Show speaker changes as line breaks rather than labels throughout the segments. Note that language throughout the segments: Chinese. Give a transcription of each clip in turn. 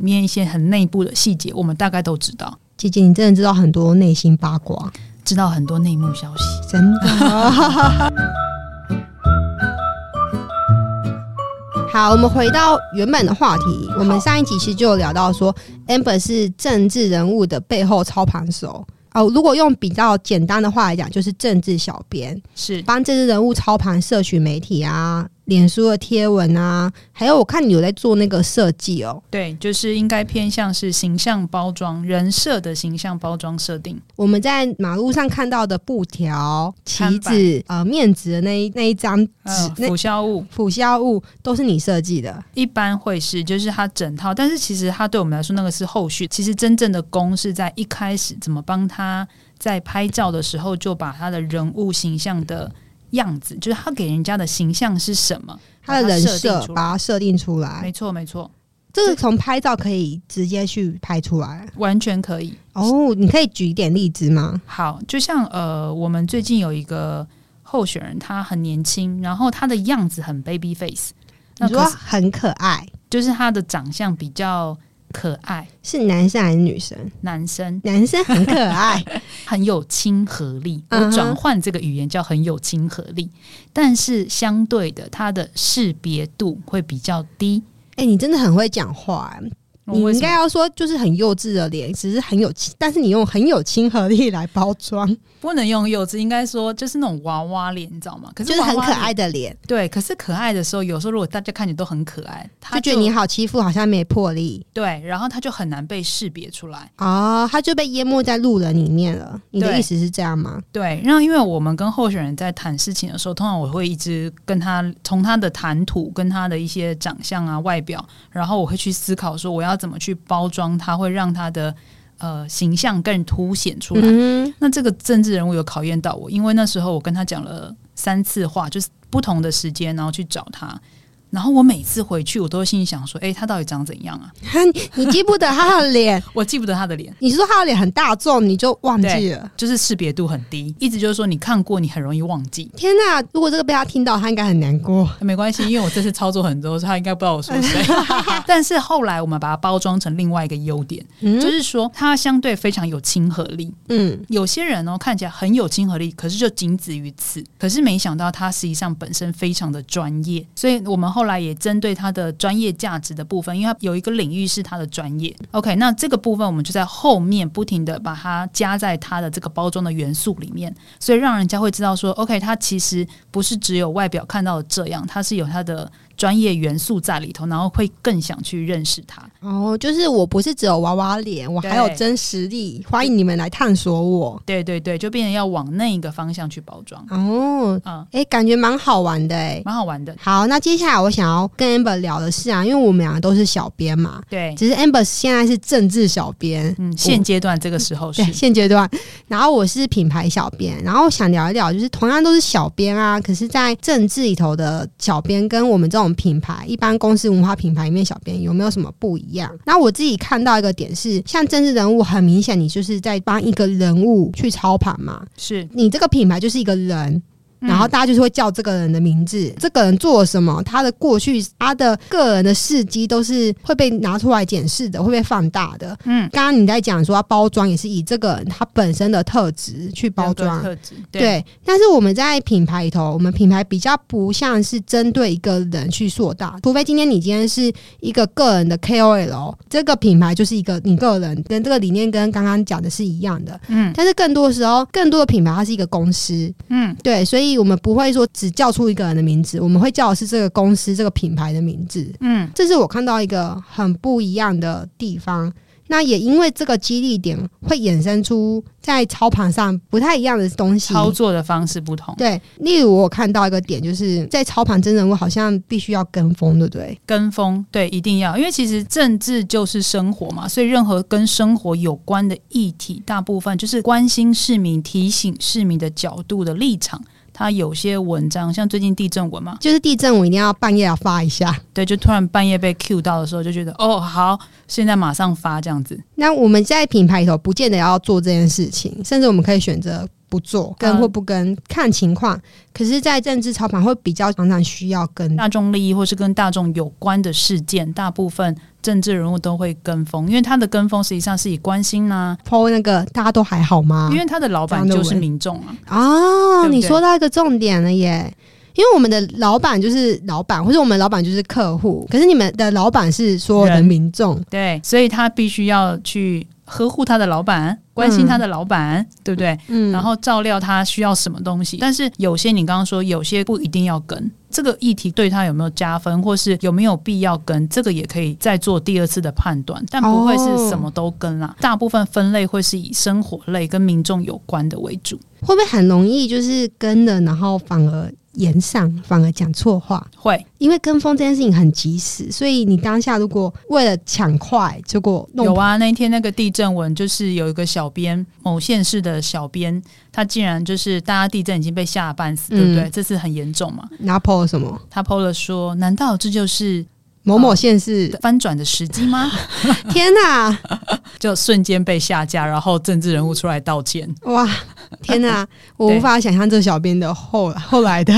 面一些很内部的细节，我们大概都知道，
姐姐，你真的知道很多内心八卦，
知道很多内幕消息。
真的。 好，我们回到原本的话题。我们上一集其实就有聊到说，Amber 是政治人物的背后操盘手哦。如果用比较简单的话来讲，就是政治小编，
是
帮政治人物操盘社群媒体啊、脸书的贴文啊，还有我看你有在做那个设计哦。
对，就是应该偏向是形象包装、人设的形象包装设定。
我们在马路上看到的布条、旗
看
子、呃面纸的那一那一张纸、
嗯，
那
辅销物
辅销物，都是你设计的。
一般会是就是它整套，但是其实它对我们来说那个是后续，其实真正的功是在一开始怎么帮他在拍照的时候就把他的人物形象的样子，就是他给人家的形象是什么，
他的人
把它设定出来
设把它设定出来
没，错没错，
这个从拍照可以直接去拍出来。
完全可以。
哦，你可以举一点例子吗？
好，就像呃，我们最近有一个候选人，他很年轻，然后他的样子很 baby face，
你
那
说啊
可是
很可爱，
就是他的长相比较可爱，
是男生还是女生？
男生
男生很可 爱，
很有亲和力。我
嗯哼
转换这个语言叫很有亲和力，但是相对的，他的识别度会比较低。
哎、你真的很会讲话、哎你
哦为
应
什么
该要说就是很幼稚的脸，只是很有亲，但是你用很有亲和力来包装，
不能用幼稚，应该说就是那种娃娃脸，你知道吗？可是
就是很
娃娃
可
脸
爱。的脸，
对，可是可爱的时候，有时候如果大家看你都很可爱，他
就觉得你好欺负，好像没魄力
对，然后他就很难被识别出来。
哦，他就被淹没在路人里面了。你的
对
意思是这样吗？
对，然后因为我们跟候选人在谈事情的时候，通常我会一直跟他从他的谈吐、跟他的一些长相啊、外表，然后我会去思考说我要怎么去包装他，会让他的呃形象更凸显出来。
嗯，
那这个政治人物有考验到我，因为那时候我跟他讲了三次话，就是不同的时间，然后去找他。然后我每次回去，我都会心里想说：“诶，他到底长怎样啊？
你记不得他的脸，
我记不得他的脸，
你是说他的脸很大众，你就忘记了？
就是识别度很低。一直就是说，你看过，你很容易忘记。
天哪、如果这个被他听到，他应该很难过。
没关系，因为我这次操作很多，所以他应该不知道我说谁。但是后来我们把它包装成另外一个优点，
嗯
就是说它相对非常有亲和力。
嗯，
有些人哦看起来很有亲和力，可是就仅止于此。可是没想到他实际上本身非常的专业，所以我们后来也针对他的专业价值的部分，因为他有一个领域是他的专业。OK，那这个部分我们就在后面不停的把它加在他的这个包装的元素里面，所以让人家会知道说，OK，他其实不是只有外表看到的这样，他是有他的专业元素在里头，然后会更想去认识他。
哦，就是我不是只有娃娃脸，我还有
对
真实力，欢迎你们来探索我。
对对对，就变成要往那一个方向去包装，
哦，
嗯，
哎、感觉蛮好玩的哎、
蛮好玩的。
好，那接下来我想要跟 Amber 聊的是啊，因为我们两个都是小编嘛，
对，
只是 Amber 现在是政治小编，
嗯，现阶段这个时候是
对，现阶段，然后我是品牌小编，然后想聊一聊，就是同样都是小编啊，可是，在政治里头的小编跟我们这种品牌，一般公司文化品牌里面小编有没有什么不一样？那我自己看到一个点是，像政治人物，很明显你就是在帮一个人物去操盘嘛，
是，
你这个品牌就是一个人。然后
嗯
大家就是会叫这个人的名字，这个人做了什么，他的过去、他的个人的事迹都是会被拿出来检视的，会被放大的。
嗯
刚刚你在讲说它包装也是以这个人他本身的特质去包
人格
装，
特质，
对，但是我们在品牌里头，我们品牌比较不像是针对一个人去塑大，除非今天你今天是一个个人的 KOL，这个品牌就是一个你个人跟这个理念跟刚刚讲的是一样的。
嗯
但是更多的时候，更多的品牌它是一个公司，
嗯，
对，所以我们不会说只叫出一个人的名字，我们会叫的是这个公司、这个品牌的名字。
嗯，
这是我看到一个很不一样的地方。那也因为这个激励点，会衍生出在操盘上不太一样的东西。
操作的方式不同，
对，例如我看到一个点，就是在操盘真人物好像必须要跟风，对不对？
跟风对一定要，因为其实政治就是生活嘛，所以任何跟生活有关的议题，大部分就是关心市民、提醒市民的角度的立场。他有些文章，像最近地震文嘛，
就是地震，我一定要半夜要发一下。
对，就突然半夜被 Q 到的时候，就觉得哦，好，现在马上发这样子，
那我们在品牌里头不见得要做这件事情，甚至我们可以选择不做，跟
嗯
或不跟、看情况。可是，在政治操盘会比较常常需要跟，
大众利益或是跟大众有关的事件，大部分政治人物都会跟风，因为他的跟风实际上是以关心呐、
抛那个大家都还好吗？
因为他的老板
啊这样的
就是
文
民众啊，
哦，
对不
你
对
说到一个重点了耶。因为我们的老板就是老板，或者我们的老板就是客户，可是你们的老板是所有的
人
民众，
对，所以他必须要去呵护他的老板，关心他的老板，对不对？
嗯，
然后照料他需要什么东西。但是有些你刚刚说，有些不一定要跟这个议题对他有没有加分，或是有没有必要跟，这个也可以再做第二次的判断，但不会是
哦
什么都跟啦。大部分分类会是以生活类跟民众有关的为主，
会不会很容易就是跟了，然后反而言上，反而讲错话？
会
因为跟风这件事情很及时，所以你当下如果为了抢快，结果弄
有啊。那一天那个地震文，就是有一个小编，某县市的小编，他竟然就是大家地震已经被吓得半死，对不对？
嗯
这次很严重嘛。
拿破什么
他 PO 了说，难道这就是
某某县市，
翻转的时机吗？
天哪、
就瞬间被下架，然后政治人物出来道歉。
哇，天 哪、我
对
无法想象这小编的后后来 的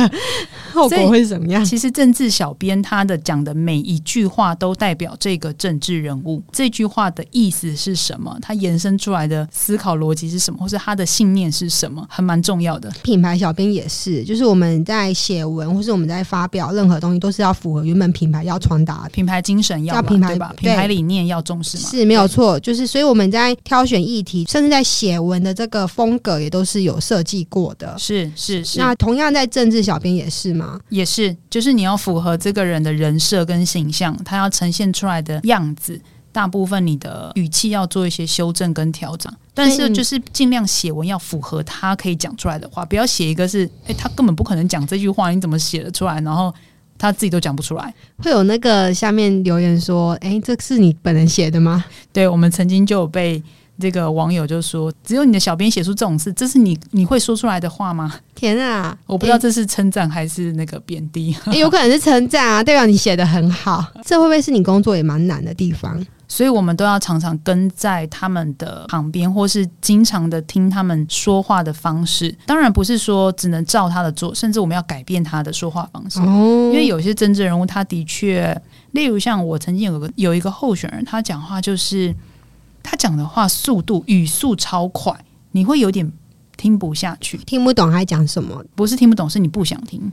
后果会是怎么样。
其实政治小编他的讲的每一句话都代表这个政治人物，这句话的意思是什么？他延伸出来的思考逻辑是什么，或是他的信念是什么，还蛮重要的。
品牌小编也是，就是我们在写文或是我们在发表任何东西，都是要符合原本品牌要传达的。
品牌精神要
要
嘛
品牌
对吧？
对
品牌理念要重视嘛。
是没有错，就是所以我们在挑选议题，甚至在写文的这个风格也都是有设计过的。
是是是，
那同样在政治小编也是吗？
也是，就是你要符合这个人的人设跟形象，他要呈现出来的样子，大部分你的语气要做一些修正跟调整。但
所以
是
你
就是尽量写文要符合他可以讲出来的话，不要写一个是，诶，他根本不可能讲这句话，你怎么写得出来？然后他自己都讲不出来。
会有那个下面留言说：“哎、这是你本人写的吗
对我们曾经就有被这个网友就说，只有你的小编写出这种事，这是你你会说出来的话吗？？”
天啊，
我不知道这是称赞还是那个贬低。
诶、诶有可能是称赞啊，代表你写的很好。这会不会是你工作也蛮难的地方？
所以我们都要常常跟在他们的旁边，或是经常的听他们说话的方式。当然不是说只能照他的做，甚至我们要改变他的说话方式。
哦，
因为有些政治人物，他的确，例如像我曾经有个有一个候选人，他讲话就是他讲的话速度语速超快，你会有点听不下去，
听不懂他讲什么。
不是听不懂，是你不想听。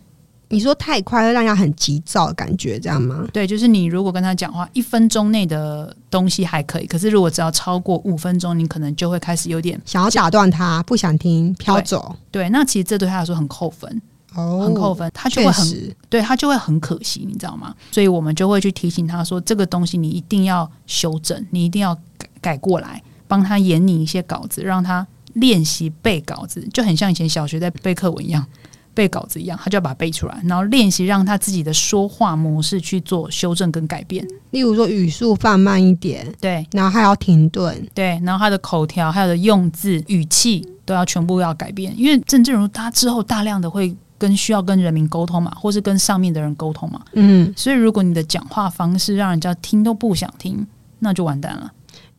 你说太快会让人家很急躁的感觉，这样吗？
对，就是你如果跟他讲话，一分钟内的东西还可以，可是如果只要超过五分钟，你可能就会开始有点
想要打断他，不想听，飘走。
对，那其实这对他来说很扣分，
哦，
很扣分，他就会
确
很
实，
对他就会很可惜，你知道吗？所以我们就会去提醒他说，这个东西你一定要修正，你一定要改改过来，帮他演拟一些稿子，让他练习背稿子，就很像以前小学在背课文一样。背稿子一样，他就要把它背出来，然后练习让他自己的说话模式去做修正跟改变。
例如说语速放慢一点，
对
然后还要停顿。
对，然后他的口条、还有的用字、语气都要全部要改变，因为政治人物他之后大量的会跟需要跟人民沟通嘛，或是跟上面的人沟通嘛，
嗯，
所以如果你的讲话方式让人家听都不想听，那就完蛋了。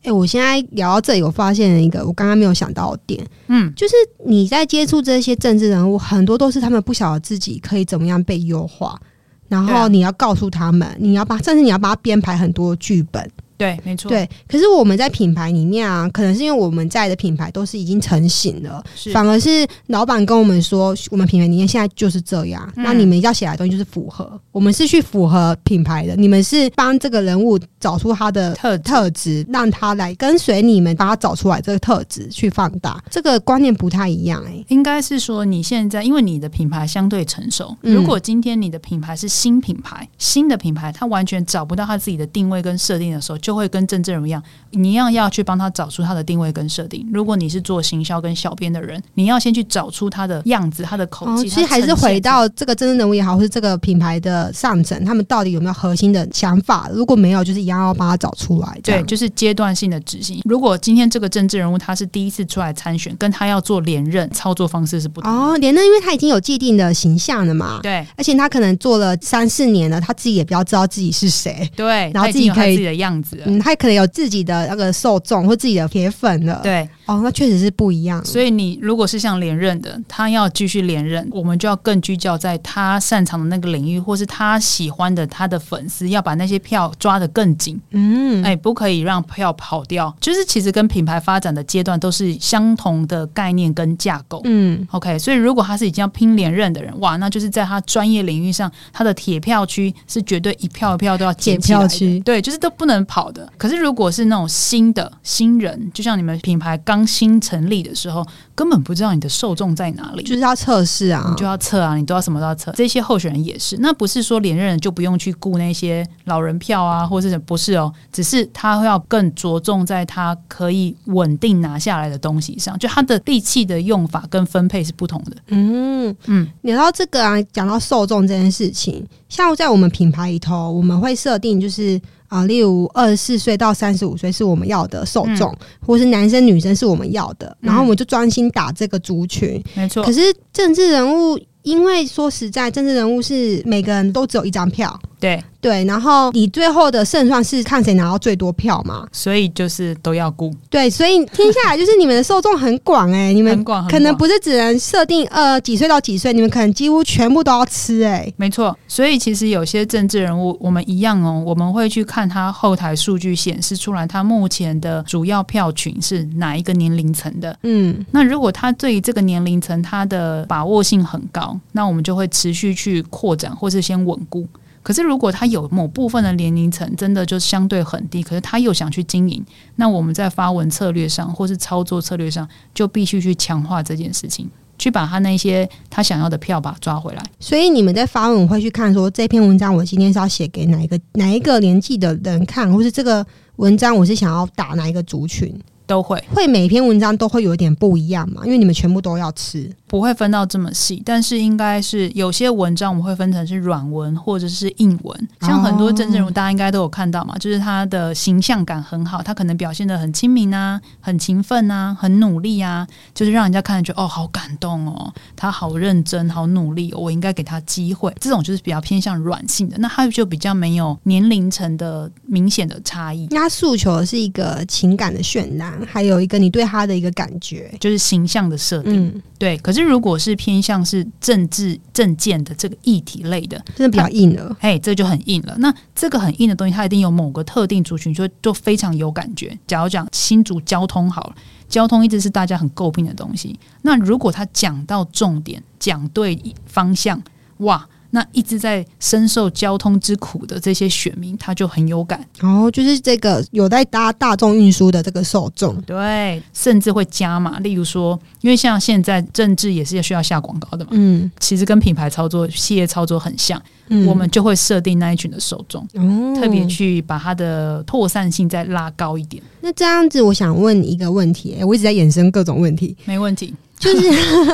哎、我现在聊到这里，我发现了一个我刚刚没有想到的点，
嗯，
就是你在接触这些政治人物，很多都是他们不晓得自己可以怎么样被优化，然
对啊
后你要告诉他们，你要把甚至你要帮他编排很多剧本。
对，没错，，
对，可是我们在品牌里面啊，可能是因为我们在的品牌都是已经成型了，
是
反而是老板跟我们说，我们品牌理念现在就是这样，
嗯
那你们要写来的东西就是符合，我们是去符合品牌的，你们是帮这个人物找出他的
特质
特质，让他来跟随你们，把他找出来这个特质去放大，这个观念不太一样哎、
应该是说你现在因为你的品牌相对成熟，
嗯
如果今天你的品牌是新品牌，新的品牌它完全找不到它自己的定位跟设定的时候，就会跟郑正荣一样，你一样要去帮他找出他的定位跟设定。如果你是做行销跟小编的人，你要先去找出他的样子、他的口
哦，
气，
其实
它
还是
呈现
回到这个真正人物也好，或是这个品牌的上层，他们到底有没有核心的想法？如果没有，就是一样要帮他找出来。这
对，
样
就是阶段性的执行。如果今天这个政治人物他是第一次出来参选，跟他要做连任，操作方式是不同的。
哦，连任，因为他已经有既定的形象了嘛，
对
而且他可能做了三四年了，他自己也比较知道自己是谁。
对，
然
他
后
已
自己
经有他
可以
自己的样子了，的。
嗯，他可能有自己的那个受众或自己的铁粉了。，
对，
哦，那确实是不一样。
所以你如果是想连任的，他要继续连任，我们就要更聚焦在他擅长的那个领域，或是他喜欢的他的粉丝，要把那些票抓得更紧，
嗯，
哎，不可以让票跑掉。就是其实跟品牌发展的阶段都是相同的概念跟架构。
嗯，
OK，所以如果他是已经要拼连任的人，哇，那就是在他专业领域上，他的铁票区是绝对一票一票都要捡起来的
铁票区
对，就是都不能跑的。可是如果是那种新的新人，就像你们品牌刚新成立的时候，根本不知道你的受众在哪里。
就是要测试啊
你。就要测啊，你都要什么都要测。这些候选人也是，那不是说连任人就不用去顾那些老人票啊，或是什么不是哦，只是他要更着重在他可以稳定拿下来的东西上，就他的力气的用法跟分配是不同的。
嗯
嗯，
聊到这个啊，讲到受众这件事情，像在我们品牌里头，我们会设定就是啊、例如二十四岁到三十五岁是我们要的受众，或是男生女生是我们要的，然后我们就专心打这个族群。
没错
可，是政治人物，因为说实在，政治人物是每个人都只有一张票。
对，
对，然后你最后的胜算是看谁拿到最多票嘛？
所以就是都要顾，
对，所以听下来就是你们的受众很广哎、你
很
们
广，很
可能
广
不是只能设定呃几岁到几岁，你们可能几乎全部都要吃哎、
没错。所以其实有些政治人物，我们一样哦，我们会去看他后台数据显示出来，他目前的主要票群是哪一个年龄层的。
嗯
那如果他对于这个年龄层他的把握性很高，那我们就会持续去扩展，或是先稳固。可是如果他有某部分的年龄层真的就相对很低，可是他又想去经营，那我们在发文策略上或是操作策略上就必须去强化这件事情，去把他那些他想要的票把它抓回来。，
所以你们在发文会去看说这篇文章我今天是要写给哪一个哪一个年纪的人看，或是这个文章我是想要打哪一个族群，
都会
会每一篇文章都会有一点不一样嘛？因为你们全部都要吃，
不会分到这么细，但是应该是有些文章我们会分成是软文或者是硬文，像很多真正人物大家应该都有看到嘛，就是他的形象感很好，他可能表现的很亲民啊，很勤奋啊，很努力啊，就是让人家看了觉得哦好感动哦，他好认真，好努力哦、我应该给他机会。这种就是比较偏向软性的，那他就比较没有年龄层的明显的差异，
那诉求的是一个情感的渲染，还有一个你对他的一个感觉。
就是形象的设定。
嗯，
对，可是如果是偏向是政治政见的这个议题类的，
真的比较硬了。
哎，这就很硬了。那这个很硬的东西，它一定有某个特定族群就就非常有感觉。假如讲新竹交通好了，交通一直是大家很诟病的东西。那如果他讲到重点，讲对方向，哇，那一直在深受交通之苦的这些选民，他就很有感，
然后哦就是这个有在搭大众运输的这个受众，
对，甚至会加码。例如说，因为像现在政治也是需要下广告的嘛，
嗯，
其实跟品牌操作、企业操作很像，
嗯
我们就会设定那一群的受众。
哦
特别去把它的扩散性再拉高一点，
那这样子，我想问一个问题、诶欸我一直在衍生各种问题，
没问题。
就是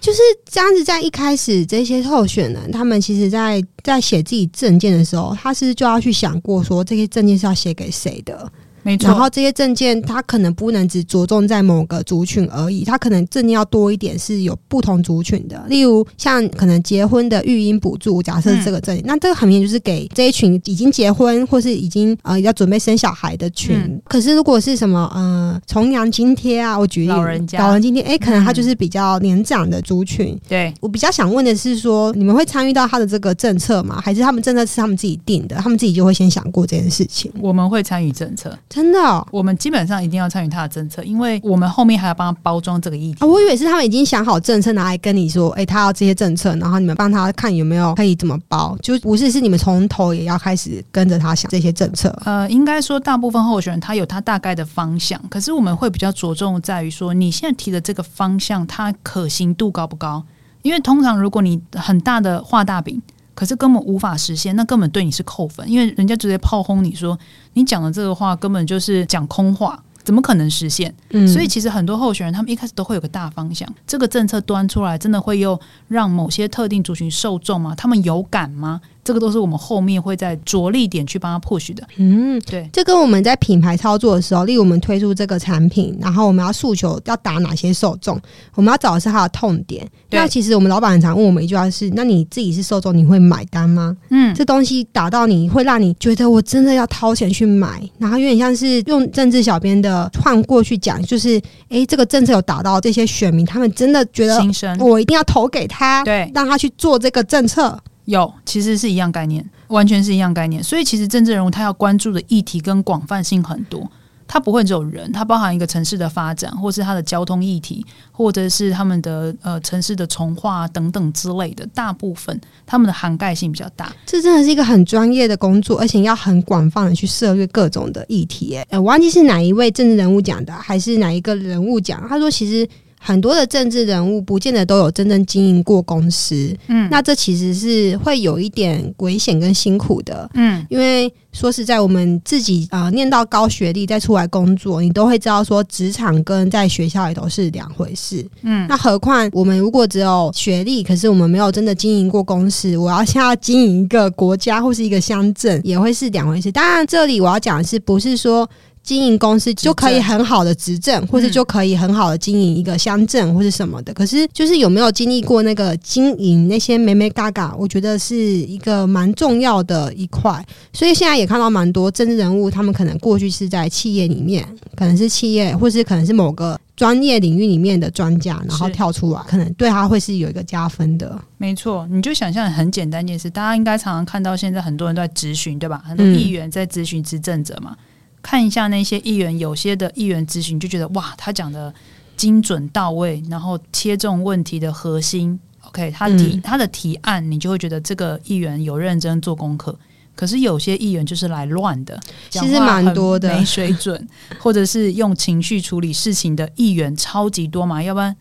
就是这样子，在一开始这些候选人，他们其实在在写自己证件的时候，他是就要去想过说这些证件是要写给谁的，
没
然
错，
后这些证件他可能不能只着重在某个族群而已，他可能证件要多一点，是有不同族群的，例如像可能结婚的育婴补助，假设是这
嗯
个证件，那这个很明显就是给这一群已经结婚或是已经呃要准备生小孩的群，
嗯
可是如果是什么呃重阳津贴啊，我举例
老人家
老人津贴，哎、可能他
嗯
就是比较年长的族群，
对，
我比较想问的是说你们会参与到他的这个政策吗？还是他们政策是他们自己定的，他们自己就会先想过这件事情？
我们会参与政策，
真的、哦。
我们基本上一定要参与它的政策，因为我们后面还要帮它包装这个议题。
啊，我以为是他们已经想好政策，拿来跟你说，哎、他要这些政策，然后你们帮他看有没有可以怎么包，就不是是你们从头也要开始跟着他想这些政策。
呃，应该说大部分候选人他有他大概的方向，可是我们会比较着重在于说你现在提的这个方向它可行度高不高？因为通常如果你很大的画大饼，可是根本无法实现，那根本对你是扣分，因为人家直接炮轰你说你讲的这个话根本就是讲空话，怎么可能实现？
嗯
所以其实很多候选人他们一开始都会有个大方向，这个政策端出来真的会又让某些特定族群受众吗？他们有感吗？这个都是我们后面会在着力点去帮他 push 的。
嗯，
对，
这跟我们在品牌操作的时候，例如我们推出这个产品，然后我们要诉求要打哪些受众，我们要找的是它的痛点。
对
那其实我们老板很常问我们一句话是：那你自己是受众，你会买单吗？
嗯，
这东西打到你会让你觉得我真的要掏钱去买，然后有点像是用政治小编的换过去讲，就是诶，这个政策有打到这些选民，他们真的觉得
新生
我一定要投给他，
对
让他去做这个政策。
有，其实是一样概念，完全是一样概念。所以其实政治人物他要关注的议题跟广泛性很多，他不会只有人，它包含一个城市的发展，或是它的交通议题，或者是他们的呃城市的重化等等之类的，大部分他们的涵盖性比较大。
这真的是一个很专业的工作，而且要很广泛的去涉猎各种的议题。哎、呃我忘记是哪一位政治人物讲的，啊还是哪一个人物讲？他说，其实很多的政治人物不见得都有真正经营过公司，
嗯
那这其实是会有一点危险跟辛苦的。
嗯，
因为说实在，我们自己呃念到高学历再出来工作，你都会知道说职场跟在学校里头是两回事。
嗯，
那何况我们如果只有学历，可是我们没有真的经营过公司，我要现在要经营一个国家或是一个乡镇，也会是两回事。当然，这里我要讲的是，不是说。经营公司就可以很好的执政，或是就可以很好的经营一个乡镇或是什么的。可是，就是有没有经历过那个经营那些美美嘎嘎，我觉得是一个蛮重要的一块。所以现在也看到蛮多政治人物，他们可能过去是在企业里面，可能是企业，或是可能是某个专业领域里面的专家，然后
是
跳出来，可能对他会是有一个加分的。
没错，你就想象很简单一件事，大家应该常常看到现在很多人都在咨询，对吧？很多
嗯
议员在咨询执政者嘛，看一下那些议员，有些的议员咨询就觉得哇，他讲的精准到位，然后切中问题的核心。OK，他提、
嗯
他的提案，你就会觉得这个议员有认真做功课。可是有些议员就是来乱的，
其
讲
实
话很
蛮多的
没水准，或者是用情绪处理事情的议员超级多嘛，要不然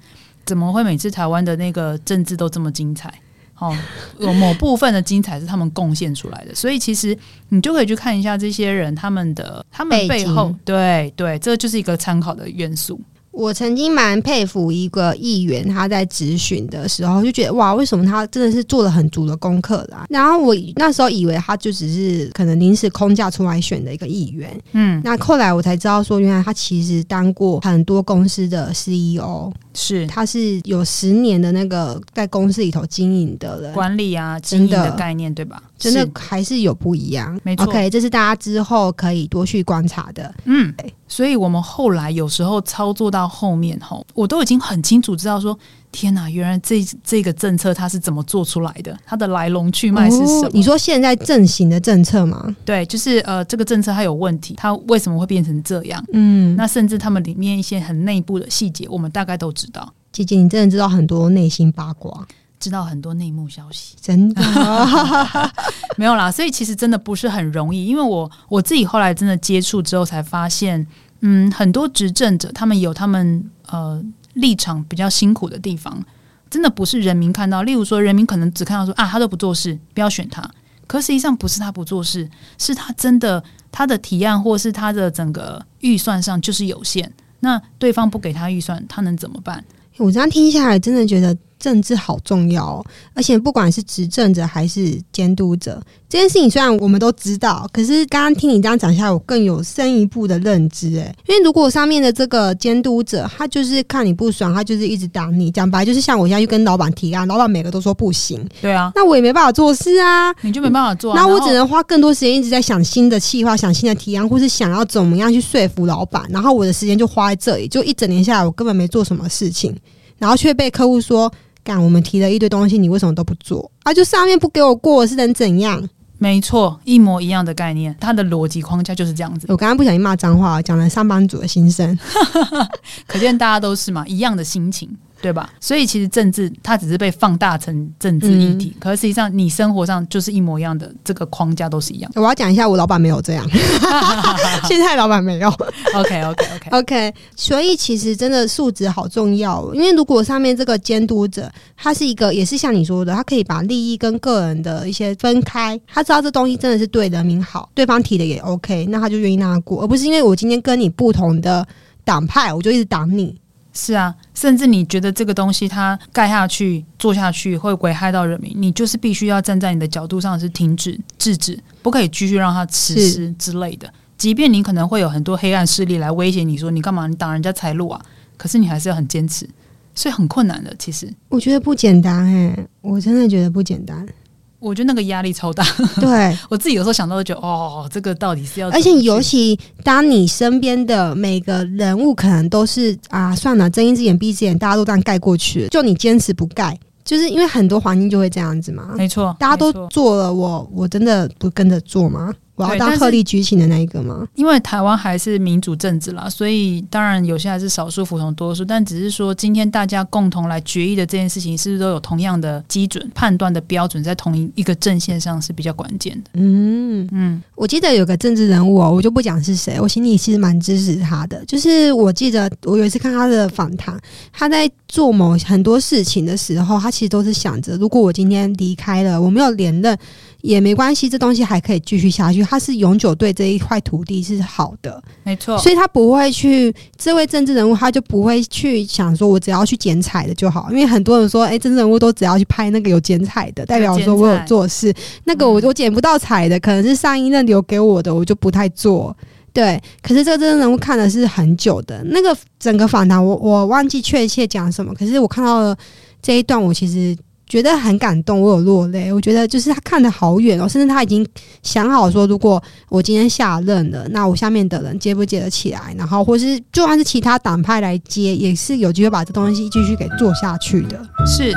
怎么会每次台湾的那个政治都这么精彩？哦，有某部分的精彩是他们贡献出来的，所以其实你就可以去看一下这些人他们的他们
背
背
景
后，对对，这就是一个参考的元素。
我曾经蛮佩服一个议员，他在质询的时候就觉得哇，为什么他真的是做了很足的功课啦、然后我那时候以为他就只是可能临时空架出来选的一个议员，
嗯，
那后来我才知道说，原来他其实当过很多公司的 E CEO，
是
他是有十年的那个在公司里头经营的人，
管理啊，经
真
营
的
的概念，对吧？
真的
是，
还是有不一样。
没错
OK，这是大家之后可以多去观察的。
嗯，所以我们后来有时候操作到后面吼，我都已经很清楚知道说，天哪，原来这这个政策它是怎么做出来的，它的来龙去脉是什么？
哦你说现在正行的政策吗？
对，就是呃，这个政策它有问题，它为什么会变成这样？
嗯，
那甚至他们里面一些很内部的细节，我们大概都知道，
姐姐，你真的知道很多内心八卦，
知道很多内幕消息。
真的。
没有啦，所以其实真的不是很容易，因为我我自己后来真的接触之后才发现，嗯，很多执政者他们有他们呃立场比较辛苦的地方，真的不是人民看到。例如说，人民可能只看到说啊，他都不做事，不要选他。可实际上不是他不做事，是他真的他的提案或是他的整个预算上就是有限。那对方不给他预算，他能怎么办？
我这样听下来，真的觉得政治好重要、哦，而且不管是执政者还是监督者，这件事情虽然我们都知道，可是刚刚听你这样讲下来，我更有深一步的认知。诶，因为如果上面的这个监督者，他就是看你不爽，他就是一直打你。讲白就是像我现在去跟老板提案，老板每个都说不行，
对啊，
那我也没办法做事啊。
你就没办法做、啊。
那我
然后
只能花更多时间一直在想新的计划、想新的提案，或是想要怎么样去说服老板。然后我的时间就花在这里，就一整年下来，我根本没做什么事情，然后却被客户说：“干，我们提了一堆东西，你为什么都不做？啊，就上面不给我过，是能怎样
没错，一模一样的概念，它的逻辑框架就是这样？”子。
我刚刚不小心骂脏话，讲了上班族的心声。
可见大家都是嘛，一样的心情，对吧？所以其实政治它只是被放大成政治议题，可是实际上你生活上就是一模一样的，这个框架都是一样。
我要讲一下，我老板没有这样， 现在老板没有。
OK OK OK，
OK，所以其实真的素质好重要哦，因为如果上面这个监督者，他是一个也是像你说的，他可以把利益跟个人的一些分开，他知道这东西真的是对人民好，对方提的也 OK，那他就愿意让他过，而不是因为我今天跟你不同的党派，我就一直挡你。
是啊，甚至你觉得这个东西它盖下去、做下去会危害到人民，你就是必须要站在你的角度上是停止、制止，不可以继续让它实施之类的。即便你可能会有很多黑暗势力来威胁你说你干嘛你挡人家财路啊，可是你还是要很坚持，所以很困难的。其实
我觉得不简单哎、我真的觉得不简单。
我觉得那个压力超大，
对，
我自己有时候想到就觉得哦，这个到底是要怎
而
么去，
且尤其当你身边的每个人物可能都是啊，算了，睁一只眼闭一只眼，大家都这样盖过去了，就你坚持不盖，就是因为很多环境就会这样子嘛。
没错，
大家都
没
嗯
错
做了，我我真的不跟着做吗？我要
对
当
但是
鹤立鸡群的那一个吗？
因为台湾还是民主政治啦，所以当然有些还是少数服从多数，但只是说今天大家共同来决议的这件事情，是不是都有同样的基准、判断的标准，在同一一个阵线上是比较关键的。
嗯，
嗯，
我记得有个政治人物哦，我就不讲是谁，我心里其实蛮支持他的。就是我记得我有一次看他的访谈，他在做某很多事情的时候，他其实都是想着，如果我今天离开了，我没有连任也没关系，这东西还可以继续下去。他是永久对这一块土地是好的，
没错，
所以他不会去这位政治人物，他就不会去想说我只要去剪彩的就好，因为很多人说，哎、政治人物都只要去拍那个有剪彩嗯的，代表说我有做事，那个我我剪不到彩的，可能是上一任留给我的，我就不太做。对，可是这个政治人物看的是很久的，那个整个访谈我我忘记确切讲什么，可是我看到了这一段，我其实觉得很感动，我有落泪。我觉得就是他看得好远哦，甚至他已经想好说，如果我今天下任了，那我下面的人接不接得起来，然后或是就算是其他党派来接，也是有机会把这东西继续给做下去的。
是